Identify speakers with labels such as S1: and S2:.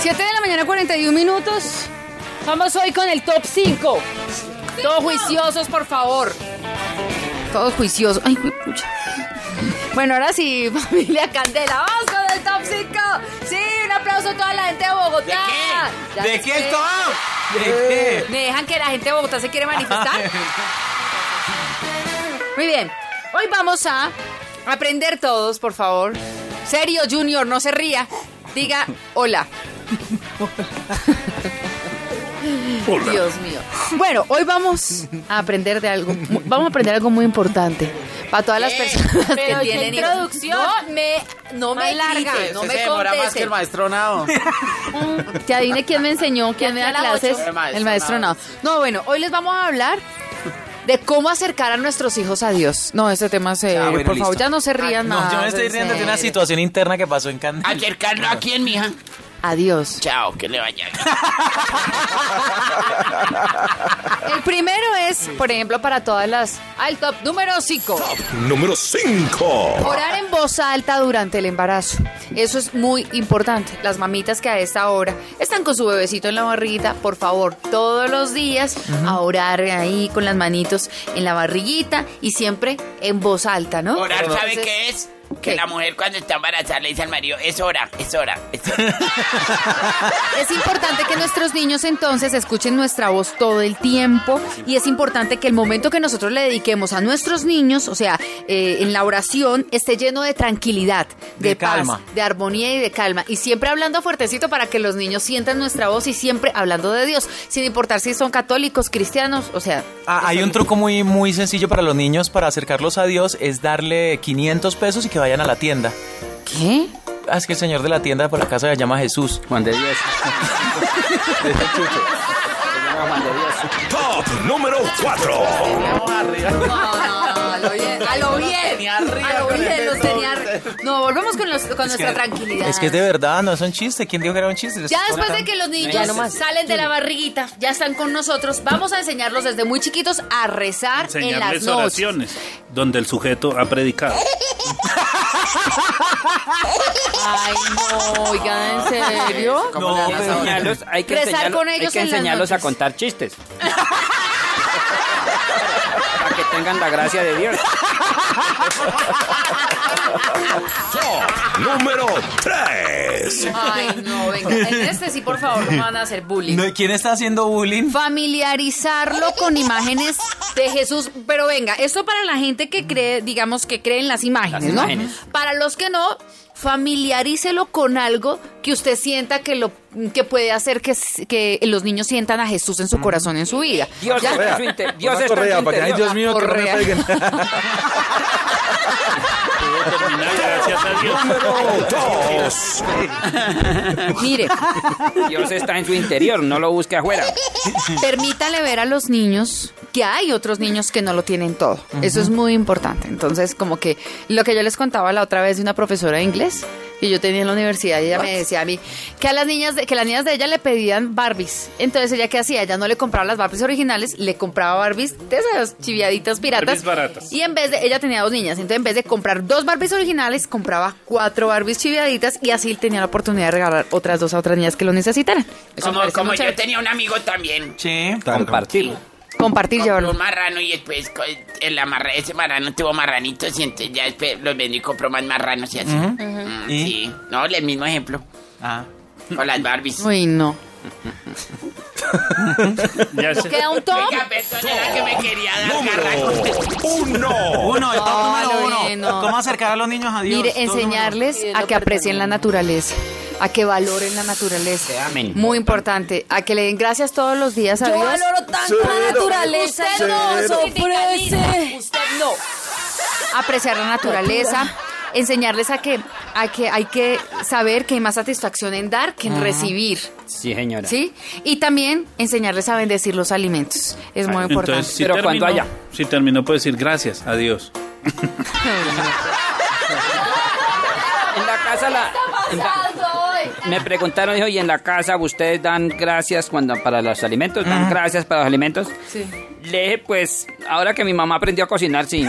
S1: 7 de la mañana, 41 minutos.
S2: Vamos hoy con el top 5. Todos juiciosos, por favor.
S1: Todos juiciosos. Ay, qué pucha. Bueno, ahora sí, familia Candela, vamos con el top 5. Sí, un aplauso a toda la gente de Bogotá. Ya
S3: ¿De
S1: les
S3: qué
S1: creo.
S3: esto?
S4: Ah,
S3: ¿De qué?
S1: ¿Me dejan que la gente de Bogotá se quiere manifestar? Muy bien. Hoy vamos a aprender todos, por favor. Serio, Junior, no se ría. Diga hola. Dios mío. Bueno, hoy vamos a aprender de algo. mu- Vamos a aprender algo muy importante para todas las personas
S2: Eh, pero
S1: que
S2: qué
S1: tienen hijos.
S2: introducción.
S1: No me, no me
S2: Más larga,
S1: larga, no
S3: Usted
S1: me
S3: se demora más
S1: conteste.
S3: que el maestro Nao.
S1: Que adivine quién me enseñó, quién me
S2: Ya
S1: da
S2: a las
S1: clases.
S2: ocho.
S1: El maestro, no. No, bueno, hoy les vamos a hablar de cómo acercar a nuestros hijos a Dios. No, ese tema se.
S5: Ah,
S3: Ya, bueno,
S1: por favor,
S3: listo.
S1: ya no se rían
S5: No, pues Ah,
S1: más.
S5: yo me estoy
S1: en
S5: riendo de una
S1: serio.
S5: situación interna que pasó en Candela.
S3: Acercarlo a quién, mija.
S1: A Dios.
S3: Chao, que le vaya.
S1: El primero es, por ejemplo, para todas las. Al top número 5.
S6: Número 5.
S1: Orar en voz alta durante el embarazo. Eso es muy importante. Las mamitas que a esta hora están con su bebecito en la barriguita, por favor, todos los días a orar ahí con las manitos en la barriguita y siempre en voz alta, ¿no?
S7: Orar, ¿sabe
S1: Entonces,
S7: qué es?
S1: ¿qué?
S7: Que la mujer cuando está embarazada le dice al marido, es hora, es hora, es hora.
S1: Es importante que nuestros niños entonces escuchen nuestra voz todo el tiempo y es importante que el momento que nosotros le dediquemos a nuestros niños, o sea, eh, en la oración, esté lleno de tranquilidad, de,
S5: De
S1: paz,
S5: calma.
S1: de armonía y de calma. Y siempre hablando fuertecito para que los niños sientan nuestra voz y siempre hablando de Dios, sin importar si son católicos, cristianos, o sea,
S5: Ah, hay un truco muy, muy sencillo para los niños para acercarlos a Dios, es darle 500 pesos y que vayan a la tienda.
S1: ¿qué?
S5: Ah, es que el señor de la tienda por la casa se llama Jesús.
S3: Juan de Dios.
S6: Top número 4.
S1: a lo bien, a lo bien,
S3: tenía arriba
S1: a lo
S3: con
S1: bien,
S3: el
S1: los tenía arri- No, volvemos con, los- con nuestra
S5: que-
S1: tranquilidad.
S5: Es que es de verdad, no es un chiste. ¿Quién dijo que era un chiste?
S1: Ya después de que los niños salen de la barriguita, ya están con nosotros, vamos a enseñarlos desde muy chiquitos a rezar en las
S8: Enseñarles
S1: noches.
S8: oraciones donde el sujeto ha predicado.
S1: Ay, no, oigan, ¿en serio?
S3: ¿Cómo le llamas ahora?
S4: Enseñarlos, hay que
S1: Rezar
S4: enseñarlo-
S1: con
S4: hay
S1: ellos
S4: que
S1: en las
S4: enseñarlos a
S1: noches.
S4: contar chistes. Para que tengan la gracia de Dios.
S6: Top número 3.
S1: Ay, no, venga, en este sí, por favor, no van a hacer bullying.
S5: No, ¿Quién está haciendo bullying?
S1: familiarizarlo con imágenes de Jesús. Pero venga, esto para la gente que cree, digamos, que cree en las imágenes,
S4: Las
S1: ¿no?
S4: imágenes.
S1: Para los que no, familiarícelo con algo que usted sienta que lo que puede hacer que, s- que los niños sientan a Jesús en su corazón, en su vida.
S4: Mm. Dios
S1: Ya.
S4: está en su inter- Dios está en su
S9: ay
S4: interior.
S9: Dios mío, que no me
S1: Correa.
S9: peguen.
S8: Pudo terminar, gracias a Dios.
S1: Mire,
S4: Dios está en su interior, no lo busque afuera.
S1: permítale ver a los niños que hay otros niños que no lo tienen todo. Eso es muy importante. Entonces, como que lo que yo les contaba la otra vez de una profesora de inglés que yo tenía en la universidad, y ella me decía a mí que a las niñas de, que las niñas de ella le pedían Barbies. Entonces, ella qué hacía? Ella no le compraba las Barbies originales, le compraba Barbies de esas chiviaditas piratas
S8: Barbies baratas.
S1: y en vez de, ella tenía dos niñas, entonces en vez de comprar dos Barbies originales, compraba cuatro Barbies chiviaditas y así tenía la oportunidad de regalar otras dos a otras niñas que lo necesitaran. Eso me
S7: Como,
S1: parece
S7: como
S1: muy
S7: yo
S1: chévere.
S7: tenía un amigo también,
S5: Sí.
S4: Compartir.
S1: Compartir,
S7: compró
S1: llevarlo.
S7: un marrano y después co- el amarra- ese marrano tuvo marranitos y entonces ya después los vendió y compró más marranos y así. Mm,
S5: ¿Y?
S7: Sí, no, el mismo ejemplo,
S5: Ah.
S7: con las Barbies.
S1: Uy, no.
S8: Ya sé.
S1: ¿Queda un top?
S7: Venga, perdón, era que me quería dar
S6: Número
S7: garra.
S6: 1.
S5: Uno, el top
S1: Ah,
S5: número uno.
S1: Loreno.
S5: ¿Cómo acercar a los niños a Dios?
S1: Mire,
S5: Top número
S1: enseñarles
S2: uno.
S1: a que aprecien la naturaleza, a que valoren la naturaleza.
S4: amen.
S1: Muy importante, a que le den gracias todos los días a
S2: Yo
S1: Dios.
S2: valoro tanto la
S9: Cero.
S2: naturaleza.
S9: Usted
S2: nos
S9: no
S2: ofrece. Usted no.
S1: apreciar la naturaleza, enseñarles a que a que hay que saber que hay más satisfacción en dar que en recibir,
S4: Sí, señora.
S1: ¿sí? Y también enseñarles a bendecir los alimentos. Es muy importante.
S8: Entonces, si
S4: Pero
S8: terminó,
S4: cuando haya.
S8: Si terminó, puede decir gracias a Dios.
S4: En la casa la... en la- me preguntaron, dijo, ¿y en la casa ustedes dan gracias cuando para los alimentos? ¿Dan gracias para los alimentos?
S1: Sí.
S4: Le dije, pues, ahora que mi mamá aprendió a cocinar, sí.